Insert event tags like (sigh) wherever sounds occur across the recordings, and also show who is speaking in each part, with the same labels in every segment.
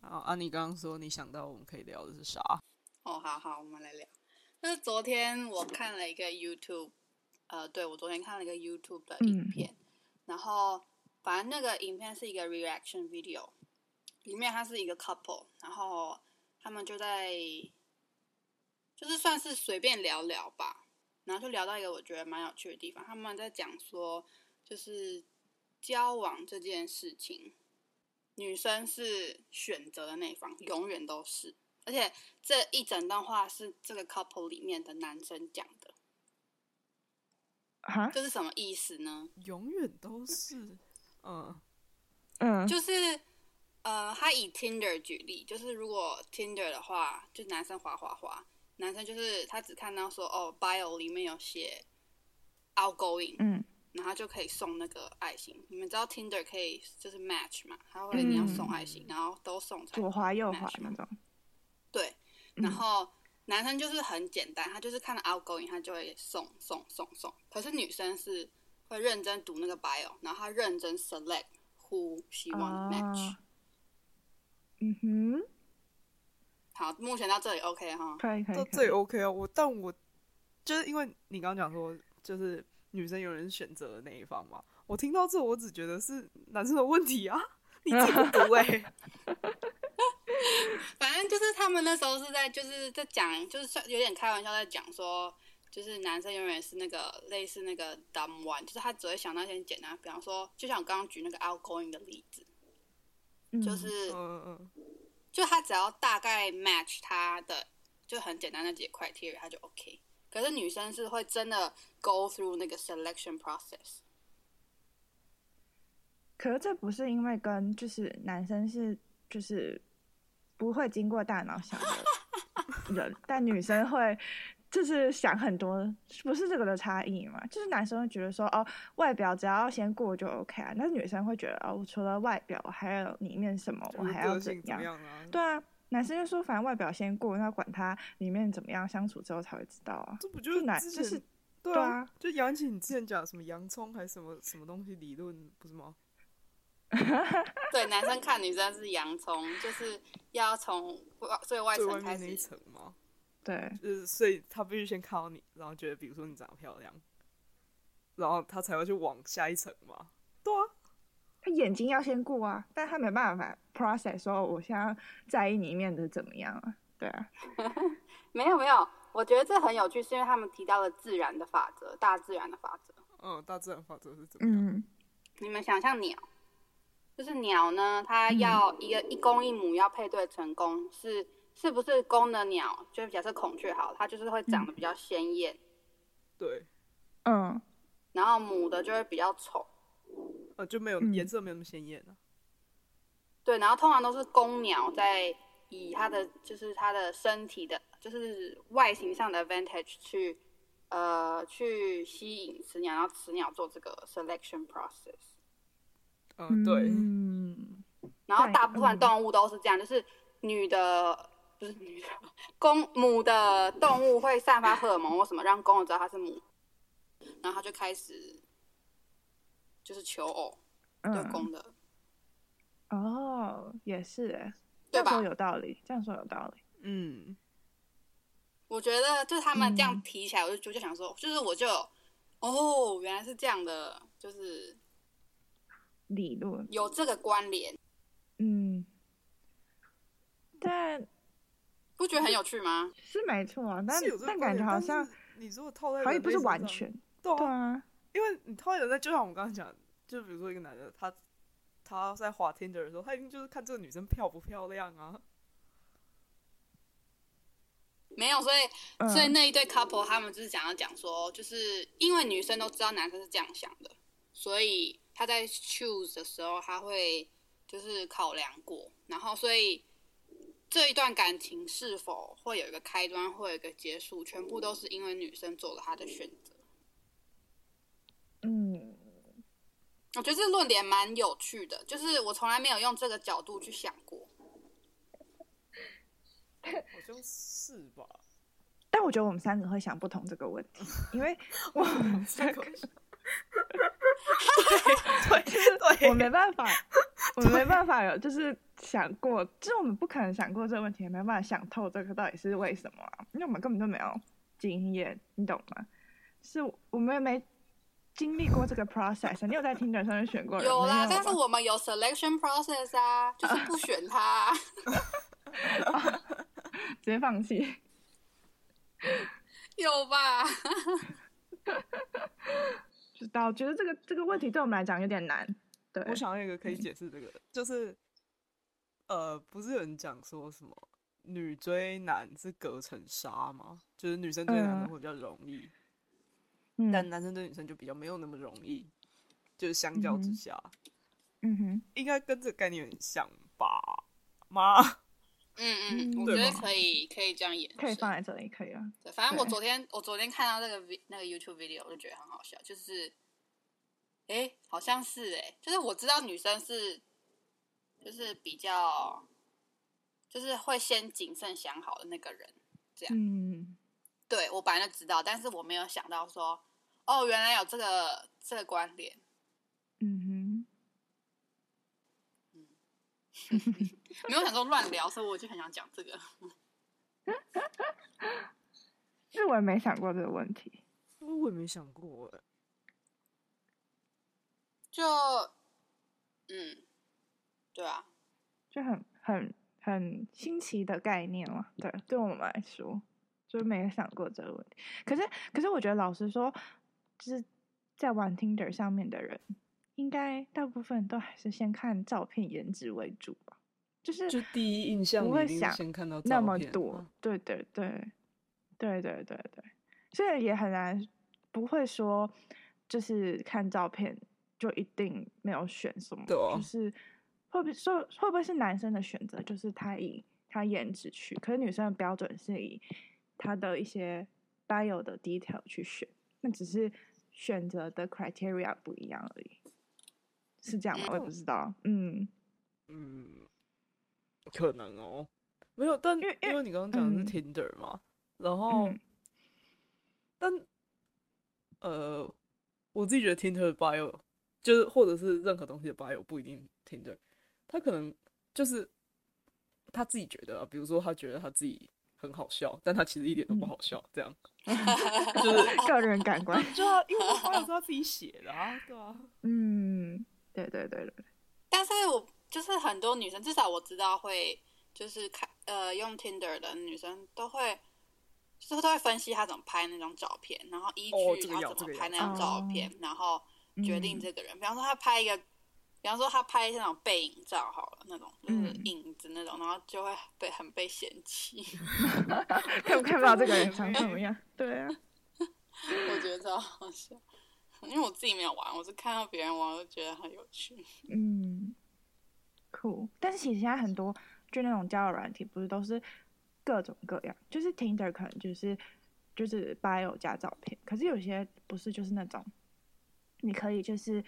Speaker 1: 好啊，你刚刚说你想到我们可以聊的是啥？
Speaker 2: 哦，好好，我们来聊。那昨天我看了一个 YouTube，呃，对我昨天看了一个 YouTube 的影片，然后反正那个影片是一个 reaction video，里面它是一个 couple，然后他们就在就是算是随便聊聊吧，然后就聊到一个我觉得蛮有趣的地方，他们在讲说就是交往这件事情，女生是选择的那一方，永远都是。而且这一整段话是这个 couple 里面的男生讲的，
Speaker 3: 哈，
Speaker 2: 这是什么意思呢？
Speaker 1: 永远都是，嗯，
Speaker 3: 嗯，
Speaker 2: 就是呃，他以 Tinder 举例，就是如果 Tinder 的话，就男生滑滑滑，男生就是他只看到说哦，bio 里面有写 outgoing，
Speaker 3: 嗯，
Speaker 2: 然后他就可以送那个爱心。你们知道 Tinder 可以就是 match 嘛，他会你要送爱心，然后都送才
Speaker 3: 嗯左滑右滑
Speaker 2: match 嘛
Speaker 3: 那种，
Speaker 2: 对，然后男生就是很简单，他就是看到 outgoing，他就会送送送送。可是女生是会认真读那个 bio，然后她认真 select who she want to match、
Speaker 3: 啊嗯哼，
Speaker 2: 好，目前到这里 OK 哈。
Speaker 3: 可以可以
Speaker 1: 那
Speaker 3: 可
Speaker 1: 这
Speaker 3: 以
Speaker 1: 也，OK 啊。我但我就是因为你刚刚讲说，就是女生有人选择的那一方嘛，我听到这我只觉得是男生的问题啊，你自己不读哎、
Speaker 3: (laughs)
Speaker 2: 反正就是他们那时候是在就是在讲，就是算有点开玩笑在讲说。就是男生永远是那个类似那个 dumb one，就是他只会想到一些简单，比方说，就像我刚刚举那个 outgoing 的例子，
Speaker 3: 嗯
Speaker 2: 就是
Speaker 1: 嗯嗯嗯，
Speaker 2: 就他只要大概 match 他的，就很简单的几个 criteria，他就 OK。可是女生是会真的 go through 那个 selection process，
Speaker 3: 可是这不是因为跟就是男生是就是不会经过大脑想的人， (laughs) 但女生会就是想很多，不是这个的差异嘛？就是男生会觉得说哦，外表只要先过就 OK 啊，那女生会觉得哦，我除了外表，我还有里面什么，我
Speaker 1: 就是
Speaker 3: 还要
Speaker 1: 个
Speaker 3: 怎
Speaker 1: 性怎么样啊？
Speaker 3: 对啊，男生就说反正外表先过，那管他里面怎么样，相处之后才会知道啊。
Speaker 1: 这不就是
Speaker 3: 男
Speaker 1: 之
Speaker 3: 就
Speaker 1: 前
Speaker 3: 是
Speaker 1: 对
Speaker 3: 对
Speaker 1: 啊
Speaker 3: 啊，
Speaker 1: 就杨琪你之前讲什么洋葱还是什么什么东西理论不是吗？
Speaker 2: 对，男生看女生是洋葱，就是要从外最外
Speaker 1: 最
Speaker 2: 层
Speaker 1: 外
Speaker 2: 开
Speaker 1: 面那一
Speaker 2: 始。
Speaker 1: 层吗？
Speaker 3: 对，
Speaker 1: 就是呃所以他必须先看到你，然后觉得比如说你长得漂亮，然后他才会去往下一层嘛。对啊，
Speaker 3: 他眼睛要先顾啊，但他没办法 process 说我现在在意里面的怎么样啊？对啊，
Speaker 2: 没有没有，我觉得这很有趣，是因为他们提到了自然的法则，大自然的法则。
Speaker 1: 嗯，大自然法则是怎么样？
Speaker 3: 嗯
Speaker 2: 你们想象鸟，就是鸟呢，它
Speaker 1: 嗯
Speaker 2: 要一个一公一母要配对成功，是是不是公的鸟？就假设孔雀好了，它就是会长
Speaker 1: 嗯
Speaker 2: 得比较鲜艳。
Speaker 1: 对，
Speaker 3: 嗯，
Speaker 2: 然后母的就会比较丑，
Speaker 1: 呃，就没有
Speaker 3: 嗯
Speaker 1: 颜色没有那么鲜艳啊。
Speaker 2: 对，然后通常都是公鸟在以它的就是它的身体的，就是外形上的 advantage 去呃去吸引雌鸟，然后雌鸟做这个 selection process。
Speaker 1: 嗯，对，
Speaker 3: 嗯
Speaker 2: 然后
Speaker 3: 对
Speaker 2: 大部分
Speaker 3: 嗯
Speaker 2: 动物都是这样，就是女的不是女的，公母的动物会散发荷尔蒙或什么，让公的知道它是母，然后它就开始就是求偶，对
Speaker 3: 嗯，
Speaker 2: 公的，
Speaker 3: 哦，也是哎，这
Speaker 2: 对
Speaker 3: 样
Speaker 2: 吧
Speaker 3: 说？有道理，这样说有道理，
Speaker 1: 嗯，
Speaker 2: 我觉得就是他们这样
Speaker 3: 嗯
Speaker 2: 提起来，我就就就想说，就是我就有哦，原来是这样的，就是
Speaker 3: 理论，
Speaker 2: 有这个关联，
Speaker 3: 嗯，但
Speaker 2: 不觉得很有趣吗？
Speaker 3: 是没错啊，但
Speaker 1: 是有这个
Speaker 3: 但
Speaker 1: 观
Speaker 3: 感觉
Speaker 1: 点
Speaker 3: 好
Speaker 1: 但
Speaker 3: 像
Speaker 1: 是你如果套在
Speaker 3: 好像也
Speaker 1: 人
Speaker 3: 不
Speaker 1: 类
Speaker 3: 是
Speaker 1: 身
Speaker 3: 完
Speaker 1: 上
Speaker 3: 全，
Speaker 1: 对
Speaker 3: 对
Speaker 1: 啊，
Speaker 3: 啊，
Speaker 1: 因为你套在人在，就像我刚刚讲，就比如说一个男的，他他在滑 Tinder 的时候，他一定就是看这个女生漂不漂亮啊。
Speaker 2: 没有，所以
Speaker 3: 嗯
Speaker 2: 所以那一对 couple 他们就是想要讲说，就是因为女生都知道男生是这样想的，所以他在 choose 的时候，他会就是考量过，然后所以这一段感情是否会有一个开端，会有一个结束，全部都是因为女生做了她的选择。
Speaker 3: 嗯
Speaker 2: 我觉得这论点蛮有趣的，就是我从来没有用这个角度去想过。
Speaker 1: 好像是
Speaker 3: (laughs)
Speaker 1: 吧？
Speaker 3: 但我觉得我们三个会想不同这个问题，
Speaker 1: (laughs)
Speaker 3: 因为我们三个，
Speaker 1: 对对 (laughs)
Speaker 2: (laughs)
Speaker 3: (laughs) 我没办法，我没办法有，就是想过，就是我们不可能想过这个问题，也没办法想透这个到底是为什么、啊，因为我们根本就没有经验，你懂吗？是我们也没经历过这个 process 啊。你有在听人上面选过人？
Speaker 2: 有
Speaker 3: 没
Speaker 2: 啦，
Speaker 3: 有啊
Speaker 2: 但是
Speaker 3: 吗
Speaker 2: 我们有 selection process 啊，就是不选他 (laughs) 啊、
Speaker 3: 直接放弃。
Speaker 2: 有吧？
Speaker 3: 不知道，我觉得这个这个问题对我们来讲有点难。对，
Speaker 1: 我想到一个可以解释这个的，就是呃，不是有人讲说什么女追男是隔层纱吗？就是女生追男生
Speaker 3: 嗯
Speaker 1: 会比较容易，
Speaker 3: 嗯
Speaker 1: 但男生对女生就比较没有那么容易，就是相较
Speaker 3: 嗯
Speaker 1: 之
Speaker 3: 哼
Speaker 1: 下，
Speaker 3: 嗯哼，
Speaker 1: 应该跟这个概念很像吧？ (laughs) 妈，
Speaker 2: 嗯嗯，
Speaker 3: 嗯
Speaker 2: 我觉
Speaker 1: 对
Speaker 2: 得
Speaker 1: 嘛
Speaker 2: 可以，可以这样演示。
Speaker 3: 可以放在这里，可以啊了。
Speaker 2: 对，反正我
Speaker 3: 对
Speaker 2: 昨天我昨天看到那个 vi- 那个 YouTube video，我就觉得很好笑，就是，哎，好像是哎，就是我知道女生是，就是比较，就是会先谨慎想好的那个人。
Speaker 3: 嗯，
Speaker 2: 对我本来就知道，但是我没有想到说，哦，原来有这个这个关联。
Speaker 3: 嗯
Speaker 2: 没有想说乱聊，所以我就很想讲这个。 (laughs)
Speaker 3: 哼，是我也没想过这个问题。
Speaker 1: 我也没想过
Speaker 3: 欸
Speaker 1: 哎、
Speaker 2: 就，嗯，对啊，
Speaker 3: 就很很很新奇的概念嘛。对，对我们来说，就没想过这个问题。可是，可是我觉得，老实说，就是在玩 Tinder 上面的人，应该大部分都还是先看照片颜值为主吧。就
Speaker 1: (laughs)
Speaker 3: 是
Speaker 1: 就第一印象
Speaker 3: 不
Speaker 1: 你
Speaker 3: 会
Speaker 1: 一定
Speaker 3: 想
Speaker 1: 先看到
Speaker 3: 那
Speaker 1: 照
Speaker 3: 么
Speaker 1: 片嗯
Speaker 3: 多
Speaker 1: 嘛，
Speaker 3: 对对对，对对对对，所以也很难不会说，就是看照片就一定没有选什么，
Speaker 1: 对啊
Speaker 3: 就是会不会说会不会是男生的选择，就是他以他颜值去，可是女生的标准是以他的一些 bio 的 detail 去选，那只是选择的 criteria 不一样而已，是这样吗？我也不知道，嗯
Speaker 1: 嗯，可能哦，没有，但
Speaker 3: 因为因为
Speaker 1: 因为你刚刚讲的
Speaker 3: 嗯
Speaker 1: 是 Tinder 嘛，然后、
Speaker 3: 嗯
Speaker 1: 但呃，我自己觉得 Tinder 的 bio 就是或者是任何东西的 bio 不一定 Tinder，他可能就是他自己觉得、啊，比如说他觉得他自己很好笑，但他其实一点都不
Speaker 3: 嗯
Speaker 1: 好笑，这样就是
Speaker 3: (laughs) 个人感官。
Speaker 1: 就他因为 bio 是他自己写的啊，对啊，
Speaker 3: 嗯，对对对对，
Speaker 2: 但是我就是很多女生，至少我知道会就是看呃用 Tinder 的女生都会，就是都会分析她怎么拍那张照片，然后依
Speaker 1: 哦
Speaker 2: 据
Speaker 1: 这个要这
Speaker 2: 她怎
Speaker 1: 个
Speaker 2: 么
Speaker 1: 要
Speaker 2: 拍那张照片，然后决定
Speaker 3: 嗯
Speaker 2: 这个人。比方说她拍一个，比方说她拍那种背影照好了，那种就是
Speaker 3: 嗯
Speaker 2: 影子那种，然后就会被很被嫌弃。 (laughs)
Speaker 3: 看看不到这个人长什么样。对啊，
Speaker 2: 我觉得超好笑，因为我自己没有玩，我是看到别人玩，我就觉得很有趣。
Speaker 3: 嗯，酷。但是其实现在很多就那种交友软体，不是都是各种各样，就是 Tinder 可能就是就是 bio 加照片，可是有些不是就是那种，你可以就是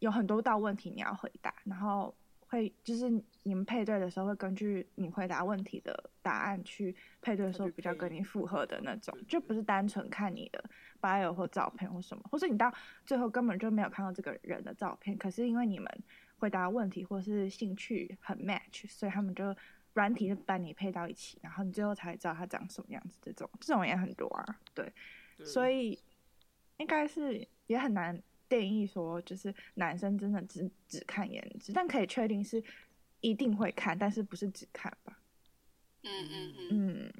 Speaker 3: 有很多道问题你要回答，然后会就是你们配对的时候会根据你回答问题的答案去配对说
Speaker 1: 去
Speaker 3: 比较
Speaker 1: 配
Speaker 3: 跟你符合的那种
Speaker 1: 对，
Speaker 3: 就
Speaker 1: 对
Speaker 3: 不是单纯看你的 bio 或照片或什么，或是你到最后根本就没有看到这个人的照片，可是因为你们回答问题或是兴趣很 match，所以他们就软体就把你配到一起，然后你最后才知道他长什么样子。这种这种也很多啊，对，所
Speaker 1: 以
Speaker 3: 以应该是也很难定义说，就是男生真的只只看颜值，但可以确定是一定会看，但是不是只看吧？
Speaker 2: 嗯嗯嗯，
Speaker 3: 嗯，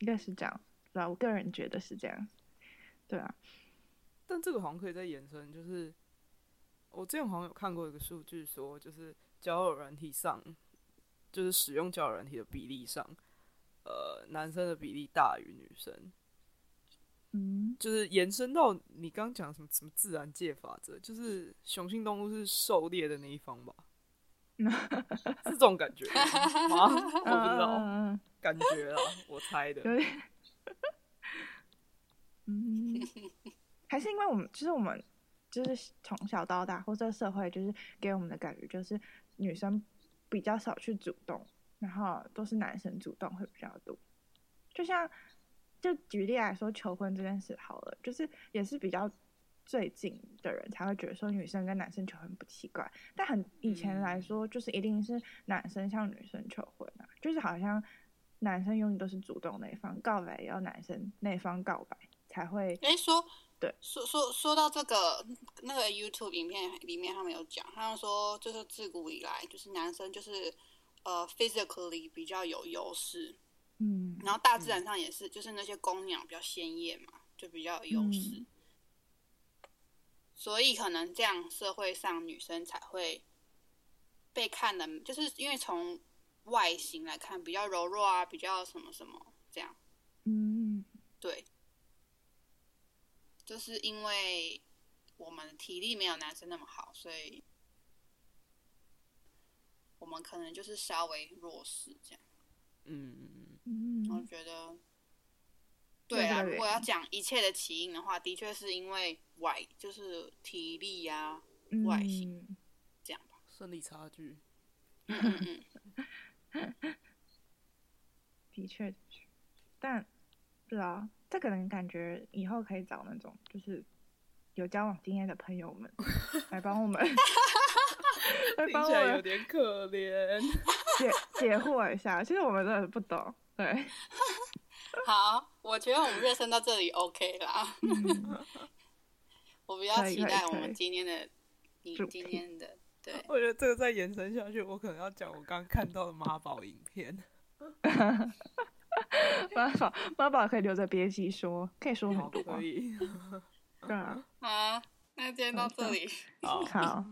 Speaker 3: 应该是这样，对啊吧？我个人觉得是这样，对啊，
Speaker 1: 但这个好像可以再延伸，就是我之前好像有看过一个数据说，就是交友软体上，就是使用交友软体的比例上，呃，男生的比例大于女生， (laughs)
Speaker 3: 嗯
Speaker 1: 就是延伸到你刚刚讲什么什么自然界法则，就是雄性动物是狩猎的那一方
Speaker 3: (laughs)
Speaker 1: 吧，是这种感觉吗？啊我不知道，
Speaker 3: 嗯
Speaker 1: 感觉啦，我猜的。
Speaker 3: 有点，嗯，还是因为我们，就是我们，就是从小到大，或者社会，就是给我们的感觉就是女生比较少去主动，然后都是男生主动会比较多。就像，就举例来说，求婚这件事好了，就是也是比较最近的人才会觉得说女生跟男生求婚不奇怪，但很以前来
Speaker 2: 嗯
Speaker 3: 说，就是一定是男生向女生求婚啊，就是好像男生永远都是主动那一方，告白也要男生那一方告白才会。
Speaker 2: 哎，说
Speaker 3: 对，
Speaker 2: 说说说到这个那个 YouTube 影片里面，他们有讲，他们说就是自古以来，就是男生就是呃 physically 比较有优势，
Speaker 3: 嗯
Speaker 2: 然后大自然上也是，就是那些公鸟比较鲜艳嘛，就比较有优势，
Speaker 3: 嗯
Speaker 2: 所以可能这样社会上女生才会被看的，就是因为从外形来看比较柔弱啊，比较什么什么这样，
Speaker 3: 嗯，
Speaker 2: 对，就是因为我们的体力没有男生那么好，所以我们可能就是稍微弱势这样。
Speaker 1: 嗯，
Speaker 3: 嗯
Speaker 2: 我觉得，对
Speaker 3: 这
Speaker 2: 啊，
Speaker 3: 个
Speaker 2: 如果
Speaker 3: 原
Speaker 2: 要
Speaker 3: 因
Speaker 2: 讲一切的起因的话，的确是因为外就是体力啊呀、
Speaker 3: 嗯
Speaker 2: 外形这样吧。
Speaker 1: 生理差距，
Speaker 2: 嗯嗯嗯，
Speaker 3: 的确，的确，但不知道，这可能感觉以后可以找那种就是有交往经验的朋友们来帮
Speaker 1: (laughs)
Speaker 3: 我们，来
Speaker 1: 听
Speaker 3: 帮
Speaker 1: 起
Speaker 3: 我
Speaker 1: 来有
Speaker 3: 们
Speaker 1: 点可怜。
Speaker 3: 解解惑一下。其实我们真的不懂，对，
Speaker 2: 好，我觉得我们热身到这里 OK 啦。
Speaker 3: 嗯
Speaker 2: 我比较
Speaker 3: 可以
Speaker 2: 期
Speaker 3: 可以
Speaker 2: 待我
Speaker 3: 可
Speaker 2: 们
Speaker 3: 以
Speaker 2: 今天的你
Speaker 3: 主
Speaker 2: 今
Speaker 3: 题
Speaker 2: 天的对，
Speaker 1: (laughs) 我觉得这个再延伸下去，我可能要讲我刚看到的妈宝影片。
Speaker 3: 妈宝妈宝可以留着别急说，可以说
Speaker 1: 好，
Speaker 3: 很多，
Speaker 1: 可以。啊
Speaker 3: 对啊，
Speaker 2: 好，那今天到这里，
Speaker 1: 好，
Speaker 3: 好，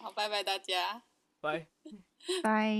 Speaker 2: 好，拜拜大家。
Speaker 1: 拜。
Speaker 3: 拜。